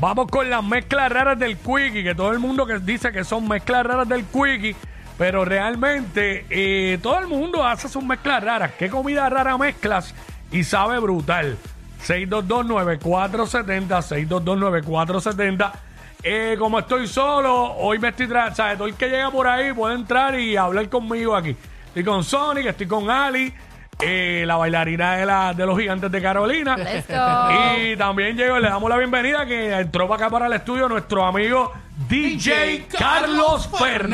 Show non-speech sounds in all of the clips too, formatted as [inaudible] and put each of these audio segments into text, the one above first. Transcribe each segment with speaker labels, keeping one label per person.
Speaker 1: Vamos con las mezclas raras del Quickie, que todo el mundo que dice que son mezclas raras del Quickie, pero realmente eh, todo el mundo hace sus mezclas raras. ¿Qué comida rara mezclas? Y sabe brutal. 6229470, 6229470. Eh, como estoy solo, hoy me estoy tra- ¿sabes? Todo el que llega por ahí puede entrar y hablar conmigo aquí. Estoy con Sonic, estoy con Ali, eh, la bailarina de, la, de los gigantes de Carolina. Y también llegó, le damos la bienvenida que entró para acá para el estudio nuestro amigo DJ, Carlos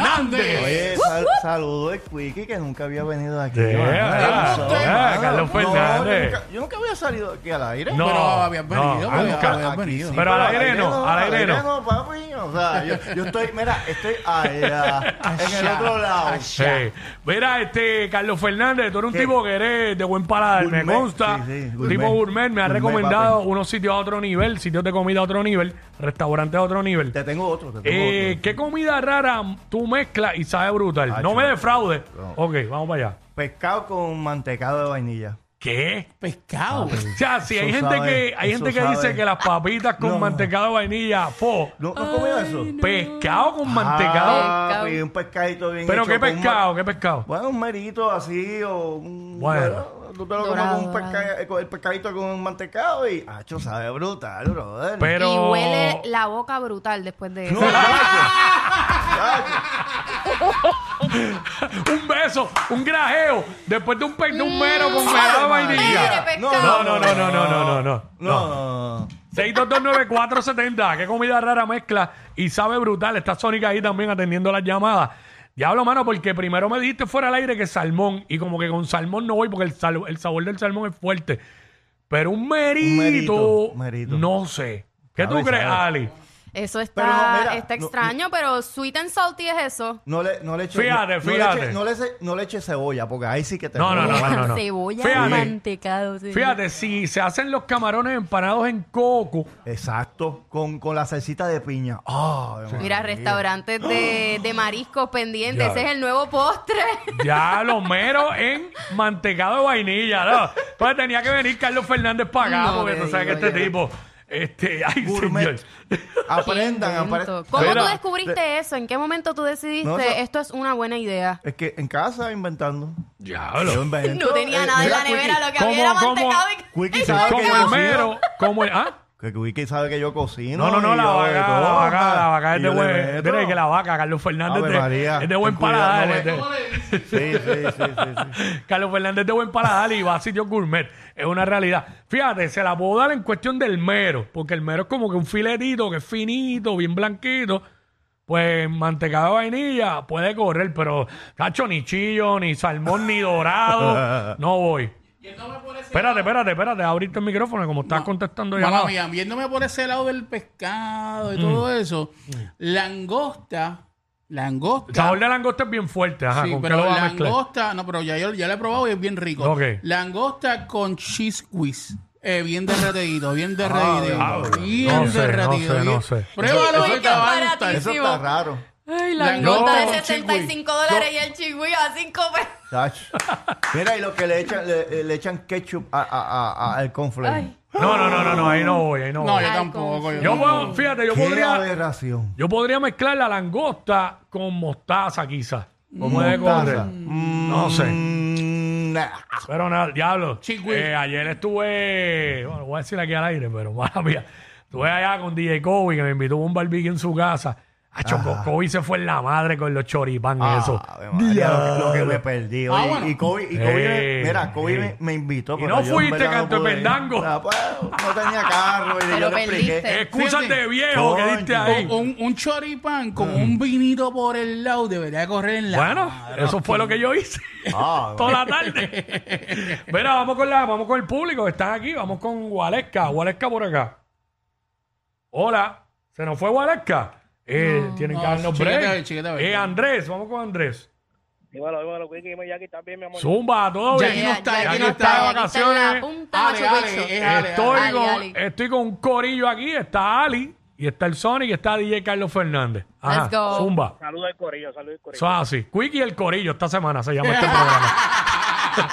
Speaker 1: Fernández.
Speaker 2: Oye, sal- saludo de Quickie que nunca había venido aquí.
Speaker 1: Yeah,
Speaker 2: mano.
Speaker 1: yeah,
Speaker 2: Eso,
Speaker 1: yeah,
Speaker 2: mano.
Speaker 1: Carlos
Speaker 2: No,
Speaker 1: Fernández.
Speaker 2: yo, nunca, yo nunca había salido aquí al aire.
Speaker 1: No,
Speaker 3: Pero habías venido,
Speaker 1: no,
Speaker 3: pero
Speaker 1: nunca.
Speaker 2: Pero
Speaker 3: habías
Speaker 2: aquí
Speaker 3: venido.
Speaker 1: Pero al aire no, al aire no.
Speaker 2: papi. O sea, yo, yo estoy, mira, estoy allá, en el otro lado.
Speaker 1: Sí. Mira, este Carlos Fernández, tú eres un tipo que eres de buen paladar, me
Speaker 2: Gourmet,
Speaker 1: consta.
Speaker 2: sí, sí,
Speaker 1: Un
Speaker 2: gourmet.
Speaker 1: tipo gourmet, me ha
Speaker 2: Gourmet,
Speaker 1: recomendado
Speaker 2: papi.
Speaker 1: unos sitios a otro nivel, sitios de comida a otro nivel, restaurantes a otro nivel.
Speaker 2: Te tengo otro, te tengo
Speaker 1: Eh,
Speaker 2: otro.
Speaker 1: ¿Qué comida rara tú mezclas y sabe brutal?
Speaker 2: Ah,
Speaker 1: no me
Speaker 2: chulo.
Speaker 1: defraudes.
Speaker 2: No.
Speaker 1: Ok, vamos para allá.
Speaker 2: Pescado con mantecado de vainilla.
Speaker 1: ¿Qué?
Speaker 3: Pescado.
Speaker 1: O sea, si hay
Speaker 2: Eso
Speaker 1: gente
Speaker 2: sabe,
Speaker 1: que hay
Speaker 2: eso
Speaker 1: gente que
Speaker 2: sabe.
Speaker 1: dice que las papitas con
Speaker 2: No.
Speaker 1: mantecado de vainilla, fo,
Speaker 2: ¿No, no has comido eso?
Speaker 1: pescado con mantecado.
Speaker 2: Ah, y un pescadito bien
Speaker 1: Pero
Speaker 2: hecho
Speaker 1: qué
Speaker 2: con ma-
Speaker 1: pescado, qué pescado.
Speaker 2: Bueno, un merito así o un.
Speaker 1: Bueno.
Speaker 2: Tú te lo comes
Speaker 4: Dorado,
Speaker 2: con un pesca- con el pescadito con un mantecado y. Hacho, sabe brutal, brother.
Speaker 1: Pero
Speaker 4: Y huele la boca brutal después de
Speaker 2: No,
Speaker 4: eso.
Speaker 2: hacho.
Speaker 1: [laughs] un beso, un grajeo, después de un, pe- de un mero con
Speaker 2: Hacho,
Speaker 1: melado de vainilla.
Speaker 4: Mire,
Speaker 2: No,
Speaker 1: No, no, no, no, no, no, no.
Speaker 2: No,
Speaker 1: no. 6229470, qué comida rara mezcla y sabe brutal. Está Sónica ahí también atendiendo las llamadas. Diablo, mano, porque primero me dijiste fuera al aire que salmón, y como que con salmón no voy porque el, sal- el sabor del salmón es fuerte. Pero un merito,
Speaker 2: merito, merito.
Speaker 1: no sé. ¿Qué tú
Speaker 2: Sabe,
Speaker 1: crees,
Speaker 2: sabe.
Speaker 1: Ali?
Speaker 4: Eso está,
Speaker 2: Pero no, mira,
Speaker 4: está
Speaker 2: no,
Speaker 4: extraño, pero sweet and salty es eso.
Speaker 2: No le, no le eche,
Speaker 1: Fíjate,
Speaker 2: no,
Speaker 1: fíjate.
Speaker 2: No le, eche, no, le eche, no le eche cebolla, porque ahí sí que te
Speaker 1: No, no, no,
Speaker 2: mueres.
Speaker 1: no, no. no.
Speaker 4: Cebolla
Speaker 1: Fíjate.
Speaker 4: mantecado. sí.
Speaker 1: Fíjate, si se hacen los camarones empanados en coco,
Speaker 2: Exacto, con, con la salsita de piña. Ah,
Speaker 4: Mira, restaurantes de, de mariscos pendientes.
Speaker 1: Ya.
Speaker 4: Ese es el nuevo postre.
Speaker 1: Ya, lo mero en mantecado de vainilla, ¿no? Entonces tenía que venir Carlos Fernández para acá,
Speaker 4: No,
Speaker 1: porque tú
Speaker 4: te
Speaker 1: sabes que
Speaker 4: digo
Speaker 1: este
Speaker 4: yo.
Speaker 1: tipo. Este, ay,
Speaker 2: Gourmet.
Speaker 1: señor.
Speaker 2: Aprendan, aprendan.
Speaker 4: Invento. ¿Cómo
Speaker 1: Mira,
Speaker 4: tú descubriste eso? ¿En qué momento tú decidiste
Speaker 2: No, o sea-
Speaker 4: esto es una buena idea?
Speaker 2: Es que en casa inventando. Yo
Speaker 1: Diablo.
Speaker 2: invento.
Speaker 4: No tenía
Speaker 2: Eh,
Speaker 4: nada en
Speaker 2: mira,
Speaker 4: la nevera, lo que
Speaker 1: ¿Cómo,
Speaker 4: había era
Speaker 1: cómo?
Speaker 4: mantecado y... [laughs]
Speaker 2: Quickie sabe que
Speaker 1: Como
Speaker 2: yo
Speaker 1: el mero,
Speaker 2: cocino.
Speaker 1: como el.
Speaker 2: [laughs]
Speaker 1: ¿Ah?
Speaker 2: Que Quickie sabe que yo cocino.
Speaker 1: No, no, no,
Speaker 2: y
Speaker 1: la
Speaker 2: yo de
Speaker 1: vaca,
Speaker 2: todo,
Speaker 1: la vaca, la
Speaker 2: man.
Speaker 1: vaca es
Speaker 2: Y
Speaker 1: de
Speaker 2: yo le
Speaker 1: buen.
Speaker 2: meto.
Speaker 1: Mira, que la vaca, Carlos Fernández
Speaker 2: Ave
Speaker 1: de-
Speaker 2: María,
Speaker 1: es de buen
Speaker 2: ten cuidado,
Speaker 1: paladar.
Speaker 2: no
Speaker 1: es de-
Speaker 2: Sí, sí, sí,
Speaker 1: [laughs]
Speaker 2: sí, sí.
Speaker 1: Carlos Fernández de buen paladar y va a sitios gourmet. Es una realidad. Fíjate, se la puedo dar en cuestión del mero, porque el mero es como que un filetito que es finito, bien blanquito. Pues mantecado de vainilla puede correr, pero cacho, ni chillo, ni salmón, ni
Speaker 2: [laughs]
Speaker 1: dorado. No voy. Espérate, espérate, espérate. Abriste el micrófono, como estás contestando
Speaker 3: Mala
Speaker 1: llamadas.
Speaker 3: mía, viéndome por ese lado del pescado y todo
Speaker 1: Mm.
Speaker 3: eso, langosta,
Speaker 1: El
Speaker 3: langosta.
Speaker 1: sabor de langosta es bien fuerte. Ajá,
Speaker 3: sí,
Speaker 1: ¿con qué
Speaker 3: pero
Speaker 1: lo vas a mezclar?
Speaker 3: langosta, no, pero ya yo ya la he probado y es bien rico.
Speaker 1: Ok.
Speaker 3: Langosta con cheese whiz. Eh, bien derretidito, bien derretidito.
Speaker 2: Ah,
Speaker 3: bien
Speaker 1: no sé,
Speaker 3: derretido.
Speaker 1: no sé, no
Speaker 3: bien-
Speaker 1: sé.
Speaker 3: Pruébalo
Speaker 4: Eso-
Speaker 3: y te va a
Speaker 4: eso-
Speaker 3: gustar.
Speaker 2: Eso está raro.
Speaker 4: Ay,
Speaker 3: la
Speaker 4: la
Speaker 3: Langosta
Speaker 4: nota
Speaker 3: nota de
Speaker 4: de
Speaker 3: con 75
Speaker 4: 75 dólares y el chigüí a 5 pesos.
Speaker 2: Tacho. Mira, y los que le echan, le, le echan ketchup a, a, a- a- al conflame.
Speaker 1: No, no, no, no, no, ahí no voy, ahí no,
Speaker 3: No,
Speaker 1: voy.
Speaker 3: yo
Speaker 4: Ay,
Speaker 3: tampoco.
Speaker 4: con-
Speaker 1: Yo
Speaker 3: tampoco.
Speaker 1: puedo- fíjate, yo
Speaker 2: Qué
Speaker 1: podría,
Speaker 2: aberración.
Speaker 1: Yo podría mezclar la langosta con mostaza, quizás. Puede
Speaker 2: mostaza.
Speaker 1: correr. No sé.
Speaker 2: Mm, nah.
Speaker 1: Pero nada, diablo.
Speaker 3: Chingüey.
Speaker 1: Eh, ayer estuve, bueno, voy a decir aquí al aire, pero [laughs] mala mía. Estuve allá con DJ Kobe, que me invitó a un barbecue en su casa. Acho, Kobe se fue en la madre con los choripán
Speaker 2: Ah,
Speaker 1: y eso.
Speaker 2: Ave María, lo, que- lo que me perdí. oye.
Speaker 3: Ah, bueno.
Speaker 2: Y Kobe, y Kobe
Speaker 1: Eh,
Speaker 2: me- mira, Kobe
Speaker 1: eh.
Speaker 2: me, me invitó.
Speaker 1: Y
Speaker 2: pero
Speaker 1: no
Speaker 2: yo en
Speaker 1: fuiste,
Speaker 2: verdad
Speaker 1: canto de
Speaker 2: pude ir.
Speaker 1: pendango.
Speaker 2: Ah, pues, No tenía carro y yo
Speaker 4: Te lo
Speaker 2: le expliqué.
Speaker 4: perdiste.
Speaker 1: Excusas
Speaker 3: Fíjate.
Speaker 1: de viejo que
Speaker 2: Coño.
Speaker 1: diste ahí.
Speaker 3: Un, un choripán con un vinito por el lado debería correr en la.
Speaker 1: Mm. Bueno,
Speaker 3: madre.
Speaker 1: eso fue lo que yo hice.
Speaker 2: Ah,
Speaker 1: Toda la tarde. Mira, vamos con la, vamos con el público. Están aquí, vamos con Gualesca. Gualesca por acá. Hola. ¿Se nos fue Gualesca? Eh, Tienen que
Speaker 3: No,
Speaker 1: darnos
Speaker 3: chécate
Speaker 1: break.
Speaker 3: a ver, chécate a ver.
Speaker 1: Eh, Andrés, vamos con Andrés.
Speaker 5: Dímelo, dímelo, Quickie, dime Jackie, ¿estás bien, mi amor?
Speaker 1: Zumba, todo
Speaker 3: Ya,
Speaker 1: bien.
Speaker 3: aquí no está,
Speaker 4: ya,
Speaker 3: aquí
Speaker 4: ya
Speaker 3: no está.
Speaker 4: ya aquí en la
Speaker 1: Vacaciones.
Speaker 4: punta
Speaker 2: Ah,
Speaker 4: de
Speaker 3: Ale,
Speaker 4: Machu
Speaker 3: ale,
Speaker 4: Picchu.
Speaker 3: eh, ale,
Speaker 1: Estoy,
Speaker 4: Ale,
Speaker 1: con,
Speaker 4: ale.
Speaker 1: estoy con un corillo aquí. Está Ali, y está el Sonic, y está DJ Carlos Fernández. Ajá,
Speaker 4: Let's go.
Speaker 1: Zumba.
Speaker 5: Saludos al corillo, saludos al
Speaker 1: Eso
Speaker 5: corillo.
Speaker 1: es así. Quick y el corillo esta semana se llama
Speaker 3: [laughs]
Speaker 1: este programa. [laughs]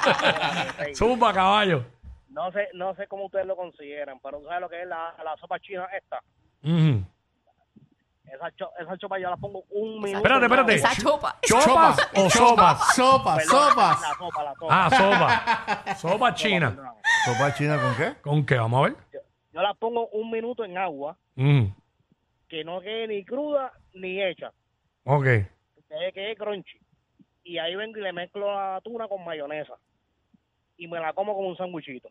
Speaker 5: Ey,
Speaker 1: Zumba, caballo.
Speaker 5: No sé, no sé cómo ustedes lo consideran, pero ¿tú sabes lo que es la, la sopa china esta?
Speaker 1: Ujú.
Speaker 5: Esa, cho- esa sopa yo la pongo un minuto.
Speaker 1: Espérate, espérate.
Speaker 4: Esa chupa.
Speaker 1: ¿Chopas o sopas?
Speaker 3: Sopas,
Speaker 5: Sopa.
Speaker 3: sopas.
Speaker 5: La sopa, la sopa.
Speaker 1: Ah, sopa. Sopa china.
Speaker 5: perdóname.
Speaker 2: ¿Sopa china con qué?
Speaker 1: ¿Con qué? Vamos a ver.
Speaker 5: Yo la pongo un minuto en agua,
Speaker 1: Ujú.
Speaker 5: que no quede ni cruda ni hecha,
Speaker 1: Ok.
Speaker 5: que quede crunchy. Y ahí vengo y le mezclo la tuna con mayonesa. Y me la como con un sandwichito.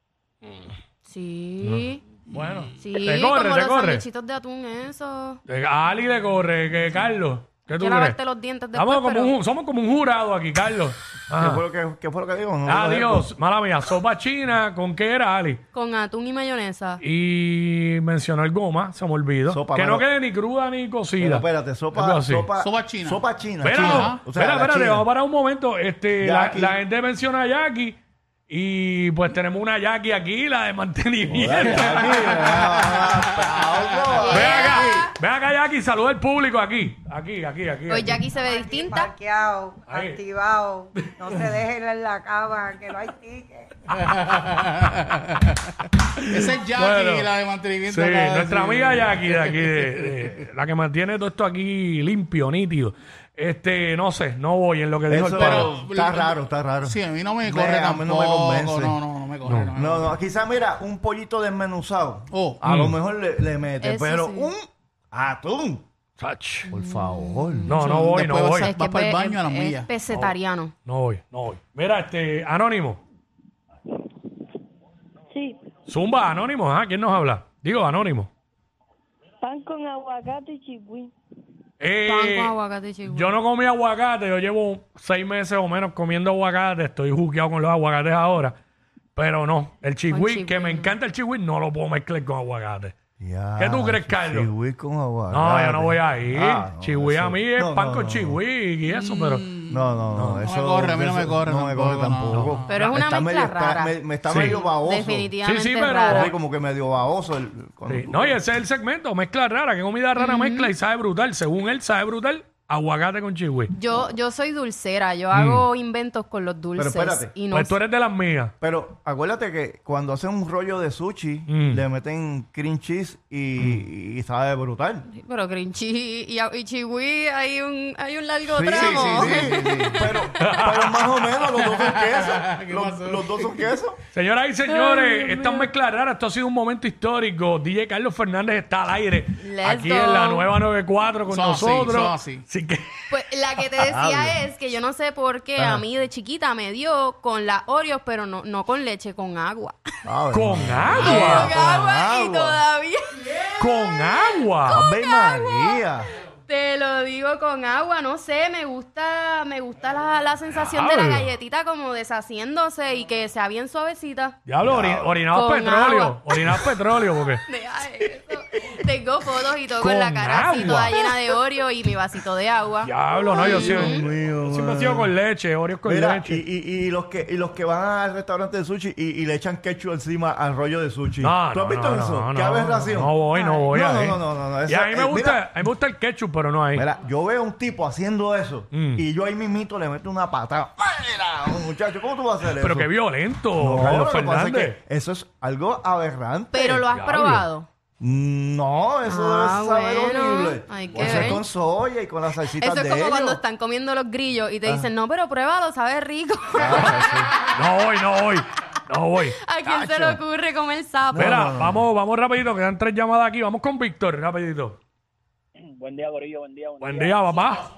Speaker 4: Sí.
Speaker 1: Bueno.
Speaker 4: Sí,
Speaker 1: Te corre,
Speaker 4: como
Speaker 1: te
Speaker 4: los
Speaker 1: corre.
Speaker 4: sandwichitos de atún, eso.
Speaker 1: Te- a Ali le corre, que Carlos. ¿Qué tú
Speaker 4: que
Speaker 1: crees?
Speaker 4: lavarte los dientes después,
Speaker 1: Estamos como
Speaker 4: pero...
Speaker 1: un ju- somos como un jurado aquí, Carlos.
Speaker 2: ¿Qué
Speaker 1: Ajá.
Speaker 2: fue lo que, qué fue lo que digo? No
Speaker 1: Ah,
Speaker 2: lo
Speaker 1: Adiós, mala mía. Sopa china, ¿con qué era Ali?
Speaker 4: Con atún y mayonesa.
Speaker 1: Y mencionó el goma, se me olvidó.
Speaker 2: Sopa,
Speaker 1: que no
Speaker 2: pero-
Speaker 1: quede ni cruda ni
Speaker 2: Pero
Speaker 1: cocida.
Speaker 2: espérate,
Speaker 1: Algo
Speaker 2: sopa,
Speaker 1: así.
Speaker 2: sopa,
Speaker 3: Sopa china.
Speaker 2: Sopa china.
Speaker 1: Espera,
Speaker 2: china. O sea,
Speaker 1: espera,
Speaker 2: la
Speaker 1: espérate,
Speaker 2: china.
Speaker 1: vamos a parar un momento. Este, la,
Speaker 2: Jackie.
Speaker 1: la gente menciona a Jackie y pues tenemos una Jackie aquí, la de mantenimiento.
Speaker 2: Dale, Jackie, bravo, bravo.
Speaker 1: Ven acá, ven acá Jackie, saluda al público aquí, aquí, aquí, aquí.
Speaker 4: Hoy
Speaker 1: aquí.
Speaker 4: Pues, Jackie se ve distinta.
Speaker 6: Parqueado,
Speaker 1: Ahí.
Speaker 6: activado. No se dejen en la cama, que no hay ticket.
Speaker 3: Esa es Jackie,
Speaker 1: Bueno,
Speaker 3: la de
Speaker 1: Sí,
Speaker 3: mantenimiento. acá de
Speaker 1: nuestra
Speaker 3: decir.
Speaker 1: amiga Jackie de aquí, de- de- la que mantiene todo esto aquí limpio, nítido. Este, no sé, no voy en lo que dijo el
Speaker 2: Eso
Speaker 1: paro.
Speaker 3: Pero-
Speaker 2: está raro, está raro.
Speaker 3: Sí, a mí no me
Speaker 2: Ve,
Speaker 3: corre
Speaker 2: a mí
Speaker 3: tampoco.
Speaker 2: no me convence.
Speaker 3: No, no, no me corre. No, me
Speaker 2: No,
Speaker 3: corre.
Speaker 2: no, quizá mira, un pollito desmenuzado.
Speaker 3: Oh.
Speaker 2: a
Speaker 1: Mm.
Speaker 2: lo mejor le, le mete,
Speaker 4: Eso
Speaker 2: pero
Speaker 4: sí.
Speaker 2: un atún.
Speaker 1: Sach.
Speaker 2: Por favor.
Speaker 1: No, no voy, no
Speaker 3: Después
Speaker 1: voy.
Speaker 3: vas a-
Speaker 4: Es que
Speaker 3: pa'l
Speaker 4: es-
Speaker 3: baño a la
Speaker 4: es
Speaker 3: milla.
Speaker 4: pesetariano.
Speaker 1: No voy, no voy. Mira, este, Anónimo.
Speaker 7: Sí,
Speaker 1: Zumba, Anónimo, ¿ah? ¿Quién nos habla? Digo, Anónimo.
Speaker 7: pan con aguacate y chigüí.
Speaker 1: Eh,
Speaker 4: Pan con aguacate, chico.
Speaker 1: Yo no comí aguacate, yo llevo seis meses o menos comiendo aguacate, estoy juqueado con los aguacates ahora, pero no, el chihui,
Speaker 4: chigüí,
Speaker 1: que me
Speaker 4: no.
Speaker 1: encanta el chihui, no lo puedo mezclar con aguacate.
Speaker 2: Ya,
Speaker 1: ¿Qué tú crees, Carlos?
Speaker 2: chigüí con aguacate.
Speaker 1: No, yo no voy a ir.
Speaker 2: Ah, no,
Speaker 1: Chihui
Speaker 2: eso-
Speaker 1: a mí es
Speaker 2: no,
Speaker 1: pan
Speaker 2: no,
Speaker 1: con
Speaker 2: no.
Speaker 1: chihui y eso, pero...
Speaker 4: Mm.
Speaker 2: No, no, no.
Speaker 3: me
Speaker 2: eso,
Speaker 3: corre, a mí no
Speaker 2: eso
Speaker 3: me corre
Speaker 2: No me
Speaker 3: tampoco,
Speaker 2: corre
Speaker 3: no,
Speaker 2: tampoco.
Speaker 3: no.
Speaker 4: Pero es una
Speaker 2: Está
Speaker 4: mezcla
Speaker 2: medio- está-
Speaker 4: rara.
Speaker 2: me, me está
Speaker 1: Sí.
Speaker 2: medio baboso.
Speaker 4: Definitivamente
Speaker 1: Sí, sí, pero-
Speaker 4: rara.
Speaker 2: Sí, como que medio baboso. el- cuando
Speaker 1: Sí,
Speaker 2: tú-
Speaker 1: No, y ese es el segmento, mezcla rara, que comida rara mezcla y sabe brutal, según él sabe brutal, aguacate con chihui.
Speaker 4: Yo, yo soy dulcera, yo hago inventos con los dulces.
Speaker 2: espérate,
Speaker 4: y no
Speaker 1: Mm. Pues tú eres de las mías.
Speaker 2: Pero acuérdate que cuando hacen un rollo de sushi,
Speaker 1: Mm.
Speaker 2: le meten cream cheese y, y sabe brutal.
Speaker 4: sé- Pero Grinchi y, y Chihui hay un, hay un largo
Speaker 2: Sí,
Speaker 4: tramo.
Speaker 2: sí, sí, sí, sí.
Speaker 3: [laughs]
Speaker 2: Pero, pero más o menos los dos son quesos.
Speaker 3: ¿Qué
Speaker 2: Los,
Speaker 3: pasó?
Speaker 2: los dos son quesos.
Speaker 1: Señoras y señores, estas mezclas raras, esto ha sido un momento histórico. DJ Carlos Fernández está al aire
Speaker 4: Let's
Speaker 1: aquí
Speaker 4: go.
Speaker 1: en la nueva 94 con
Speaker 3: Son así,
Speaker 1: nosotros.
Speaker 3: son así.
Speaker 1: que
Speaker 4: Pues la que te decía es que yo no sé por qué a mí de chiquita me dio con las Oreos, pero no, no con leche, con agua.
Speaker 2: Ah,
Speaker 1: Ah, [laughs] con
Speaker 4: Con
Speaker 1: agua,
Speaker 4: agua y
Speaker 2: agua.
Speaker 4: todavía.
Speaker 1: con agua.
Speaker 2: Ave María.
Speaker 4: Te lo digo con agua, no sé, me gusta, me gusta la, la sensación de la
Speaker 1: Diablo.
Speaker 4: galletita como deshaciéndose y que sea bien suavecita.
Speaker 1: Diablo, ori- orinabas
Speaker 4: Con
Speaker 1: petróleo,
Speaker 4: agua.
Speaker 1: orinabas petróleo porque
Speaker 4: Deja eso. Tengo fotos y todo
Speaker 1: Con
Speaker 4: con la cara así
Speaker 1: agua.
Speaker 4: toda llena de Oreo y mi vasito de agua.
Speaker 1: diablo, no, yo siempre,
Speaker 2: mío,
Speaker 1: yo siempre he
Speaker 2: mano.
Speaker 1: sido con leche, Oreos con
Speaker 2: Mira, y,
Speaker 1: leche.
Speaker 2: y, y los que, y los que van al restaurante de sushi y, y le echan ketchup encima al rollo de sushi.
Speaker 1: No,
Speaker 2: ¿Tú
Speaker 1: no,
Speaker 2: has visto
Speaker 1: no, no,
Speaker 2: eso?
Speaker 1: no,
Speaker 2: ¿Qué aberración?
Speaker 1: No voy, no voy
Speaker 2: No,
Speaker 1: ahí.
Speaker 2: no, no, no, no,
Speaker 1: y
Speaker 2: esa-
Speaker 1: a mí me
Speaker 2: eh,
Speaker 1: gusta,
Speaker 2: mira.
Speaker 1: a mí me gusta el ketchup, pero no ahí.
Speaker 2: Mira, yo veo a un tipo haciendo eso
Speaker 1: Mm.
Speaker 2: y yo ahí mismito le meto una patada. Mira, muchacho, ¿cómo tú vas a hacer eso?
Speaker 1: pero qué violento,
Speaker 2: No,
Speaker 1: Carlos
Speaker 2: lo que pasa es que
Speaker 1: Fernández.
Speaker 2: eso es algo aberrante.
Speaker 4: Pero lo has
Speaker 1: Diablo.
Speaker 4: probado.
Speaker 2: No, eso
Speaker 4: Ah,
Speaker 2: debe saber
Speaker 4: bueno.
Speaker 2: horrible.
Speaker 4: Hay que
Speaker 2: eso
Speaker 4: ver.
Speaker 2: es con soya y con las salsitas de
Speaker 4: Eso es como
Speaker 2: ellos.
Speaker 4: cuando están comiendo los grillos y
Speaker 1: Ah.
Speaker 4: te dicen, no, pero pruébalo,
Speaker 1: [laughs]
Speaker 4: sabe rico.
Speaker 2: Ah,
Speaker 1: No voy, no voy, no voy.
Speaker 4: ¿A quién se
Speaker 2: Cacho.
Speaker 4: le ocurre comer sapo?
Speaker 1: Espera,
Speaker 2: no, no, no.
Speaker 1: vamos, vamos rapidito, quedan tres llamadas aquí. Vamos con Víctor, rapidito.
Speaker 5: [clears throat] Buen día, Corillo, buen día. Buen,
Speaker 1: Buen día, papá.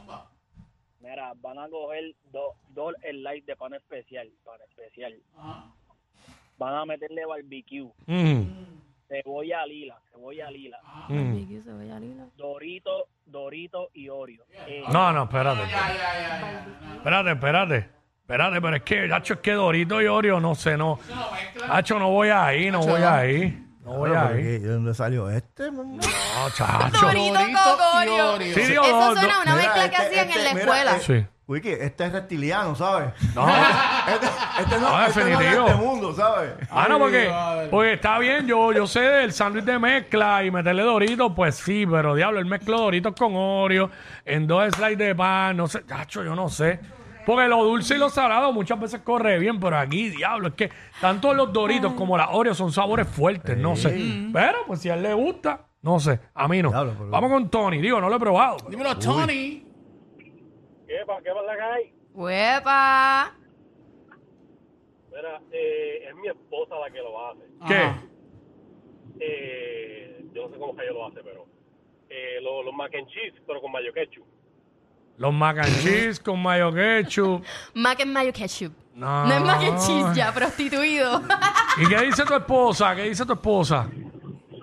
Speaker 5: Mira, van a coger dos dos slides de pan especial, pan especial. Van a meterle barbecue,
Speaker 1: Mm,
Speaker 5: cebolla lila, cebolla lila,
Speaker 1: mm.
Speaker 4: Vicky, cebolla lila.
Speaker 5: dorito, dorito y oreo. Eh,
Speaker 1: No, no, espérate. Espérate, espérate. Espérate, pero es que, Hacho, es que Dorito y Oreo, no sé, no. Hacho, no voy ahí, no voy ahí. No voy a ir.
Speaker 2: ¿Y dónde salió este? mamá?
Speaker 1: No, chacho.
Speaker 4: Dorito
Speaker 3: Dorito
Speaker 4: con
Speaker 3: y
Speaker 4: Oreo.
Speaker 3: Oreo.
Speaker 1: Sí, digo,
Speaker 4: Eso
Speaker 1: do-
Speaker 4: suena a
Speaker 2: Mira,
Speaker 4: una mezcla que
Speaker 2: este-
Speaker 4: hacían en la
Speaker 2: este- mira,
Speaker 4: escuela.
Speaker 2: eh,
Speaker 1: Sí.
Speaker 2: Wiki, este es reptiliano, ¿sabes?
Speaker 1: No.
Speaker 2: [laughs] Este, este no,
Speaker 1: No,
Speaker 2: este no es de
Speaker 1: definitivo.
Speaker 2: este mundo, ¿sabes?
Speaker 1: Ah, no, porque,
Speaker 3: vale.
Speaker 1: porque está bien, yo, yo sé del sándwich de mezcla y meterle doritos, pues sí, pero diablo, el mezclo doritos con Oreo, en dos slices de pan, no sé, chacho, yo no sé. Porque lo dulce y lo salado muchas veces corre bien, pero aquí, diablo, es que tanto los doritos como las Oreo son sabores fuertes, no sé. Pero, pues si a él le gusta, no sé, a mí no.
Speaker 2: Diablo, pero-
Speaker 1: Vamos con Tony, digo, no lo he probado. pero-
Speaker 3: Dímelo, Tony.
Speaker 5: ¿Qué para qué para la que hay?
Speaker 4: ¡Huepa!
Speaker 5: Mira, eh, es mi esposa la que lo hace.
Speaker 1: ¿Qué?
Speaker 3: Ajá.
Speaker 2: Ah.
Speaker 5: Eh, yo no sé cómo que ella lo hace, pero eh, lo- los mac and cheese, pero con mayo ketchup.
Speaker 1: Los mac and cheese con mayo ketchup.
Speaker 4: Mac and mayo ketchup.
Speaker 1: No.
Speaker 4: No es mac and cheese ya, prostituido.
Speaker 1: ¿Y qué dice tu esposa? ¿Qué dice tu esposa?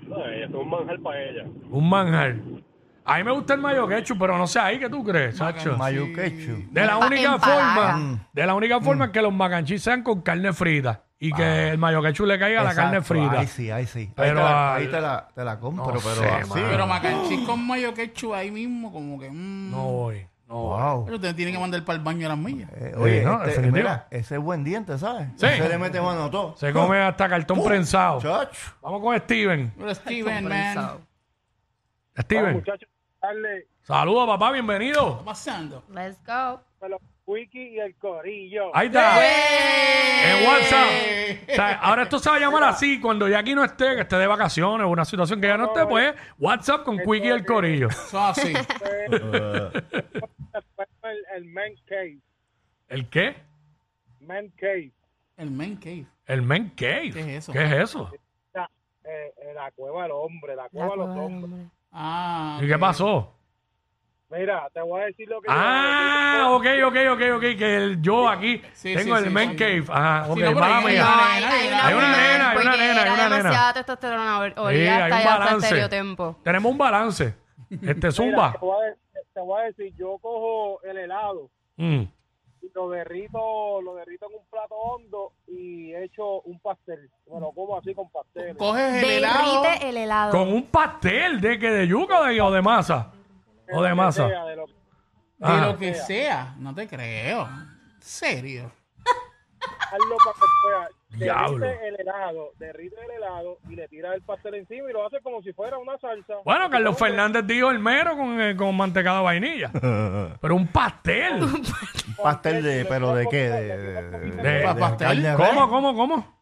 Speaker 5: No, eh, es un manjar para ella.
Speaker 1: Un manjar. A mí me gusta el mayo ketchup, pero no sé ahí que tú crees, Sacho.
Speaker 2: Mayo Mm. ketchup.
Speaker 1: De la
Speaker 4: Empa-
Speaker 1: única
Speaker 4: empalaga.
Speaker 1: forma, de la única forma es que los macanchis sean con carne frita y que el mayo ketchup le caiga a la carne
Speaker 2: Exacto,
Speaker 1: frita.
Speaker 2: Ahí sí, ahí sí. ahí,
Speaker 1: Pero
Speaker 2: te la,
Speaker 1: al-
Speaker 2: ahí te la, te la compro,
Speaker 1: No
Speaker 2: pero
Speaker 1: sé,
Speaker 2: así.
Speaker 1: mano.
Speaker 3: Pero macanchis con mayo ketchup ahí mismo, como que. mm.
Speaker 1: No voy, no voy.
Speaker 2: Wow.
Speaker 3: Pero ustedes tienen que mandar para el baño a las millas.
Speaker 2: Eh, oye,
Speaker 1: Sí, no,
Speaker 2: este,
Speaker 1: definitivo.
Speaker 2: mira, ese es buen diente, ¿sabes?
Speaker 1: Sí.
Speaker 2: Se le mete mano a todo.
Speaker 1: Se come hasta cartón prensado.
Speaker 2: Uh, Chacho.
Speaker 1: Vamos con Steven.
Speaker 3: Pero Steven, man.
Speaker 5: Vamos,
Speaker 1: Steven,
Speaker 5: muchachos, darle
Speaker 1: saludos papá, bienvenido.
Speaker 3: ¿Qué pasando?
Speaker 4: Let's go.
Speaker 5: a los wiki y el corillo.
Speaker 1: Ahí está. En
Speaker 3: Eh.
Speaker 1: WhatsApp. O sea, ahora esto se va a llamar así, cuando ya aquí no esté, que esté de vacaciones o una situación que ya no esté, pues WhatsApp con Quickie y el Corillo.
Speaker 3: Son así. [laughs]
Speaker 5: El, el man cave.
Speaker 1: ¿El qué?
Speaker 5: Man cave.
Speaker 3: El man cave.
Speaker 1: El men cave.
Speaker 3: ¿Qué es eso?
Speaker 1: ¿Qué es eso?
Speaker 5: La, eh, eh, la cueva del hombre, la cueva de los hombres.
Speaker 3: Ah.
Speaker 1: ¿Y qué
Speaker 3: ok.
Speaker 1: pasó?
Speaker 5: Mira, te voy a decir lo que...
Speaker 1: Ah, ok, ok, ok, ok. Que el- yo aquí
Speaker 3: Sí,
Speaker 1: tengo
Speaker 3: sí,
Speaker 1: el
Speaker 3: sí,
Speaker 1: men
Speaker 3: sí.
Speaker 1: cave. Ajá, ok,
Speaker 3: Sí, no, pero
Speaker 1: mala
Speaker 3: hay
Speaker 1: mía.
Speaker 3: una-
Speaker 1: Hay una nena, hay una
Speaker 4: porque
Speaker 1: nena, hay
Speaker 4: era
Speaker 1: una nena.
Speaker 4: demasiada testosterona. or- or-
Speaker 1: Sí,
Speaker 4: hasta
Speaker 1: hay
Speaker 4: ya
Speaker 1: un
Speaker 4: hasta
Speaker 1: balance.
Speaker 4: estereotipo.
Speaker 1: Tenemos un balance. Este
Speaker 5: Mira,
Speaker 1: zumba.
Speaker 5: te, voy a, de- te voy a decir, yo cojo el helado
Speaker 1: Mm.
Speaker 5: y lo derrito, lo derrito en un plato hondo y echo un pastel. Me lo como así con pastel.
Speaker 3: Coges el helado.
Speaker 4: Derrite el helado.
Speaker 1: Con un pastel de que de yuca o de, o de masa. O de masa.
Speaker 5: De lo que-
Speaker 3: De
Speaker 1: Ajá.
Speaker 4: Ah.
Speaker 3: lo que sea. No te creo. ¿En serio?
Speaker 5: hazlo para que pueda.
Speaker 1: Diablo.
Speaker 5: Derrite el helado, derrite el helado y le tira el pastel encima y lo hace como si fuera una salsa.
Speaker 1: Bueno, Carlos
Speaker 5: Como que-
Speaker 1: Fernández dijo el mero con, eh, con mantecado de vainilla. Pero un
Speaker 3: [laughs]
Speaker 1: pastel.
Speaker 2: Pastel de, pero de qué? De, de,
Speaker 3: pastel.
Speaker 2: carne
Speaker 1: ¿Cómo, cómo, cómo?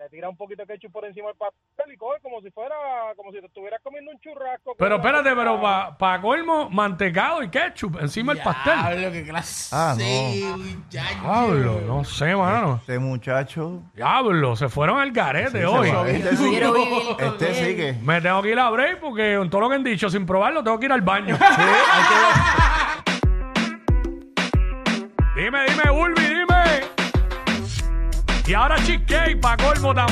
Speaker 5: Le tira un poquito de ketchup por encima del pastel y coge como si fuera, como si te estuvieras comiendo un churrasco.
Speaker 1: Pero espérate, pero para colmo, mantecado y ketchup encima del pastel.
Speaker 3: Diablo, qué clase.
Speaker 2: Ah, no.
Speaker 3: muchacho.
Speaker 1: Diablo, no sé, mano.
Speaker 2: Este muchacho.
Speaker 1: Diablo, se fueron al garete
Speaker 2: Sí,
Speaker 1: hoy.
Speaker 2: se va. Este sí
Speaker 4: Quiero
Speaker 2: que.
Speaker 4: vivir con
Speaker 2: Este
Speaker 4: él.
Speaker 2: sí que.
Speaker 1: Me tengo que ir a break porque con todo lo que han dicho, sin probarlo, tengo que ir al baño. dime, dime, Ulvi, dime. Y ahora cheesecake para colmo también.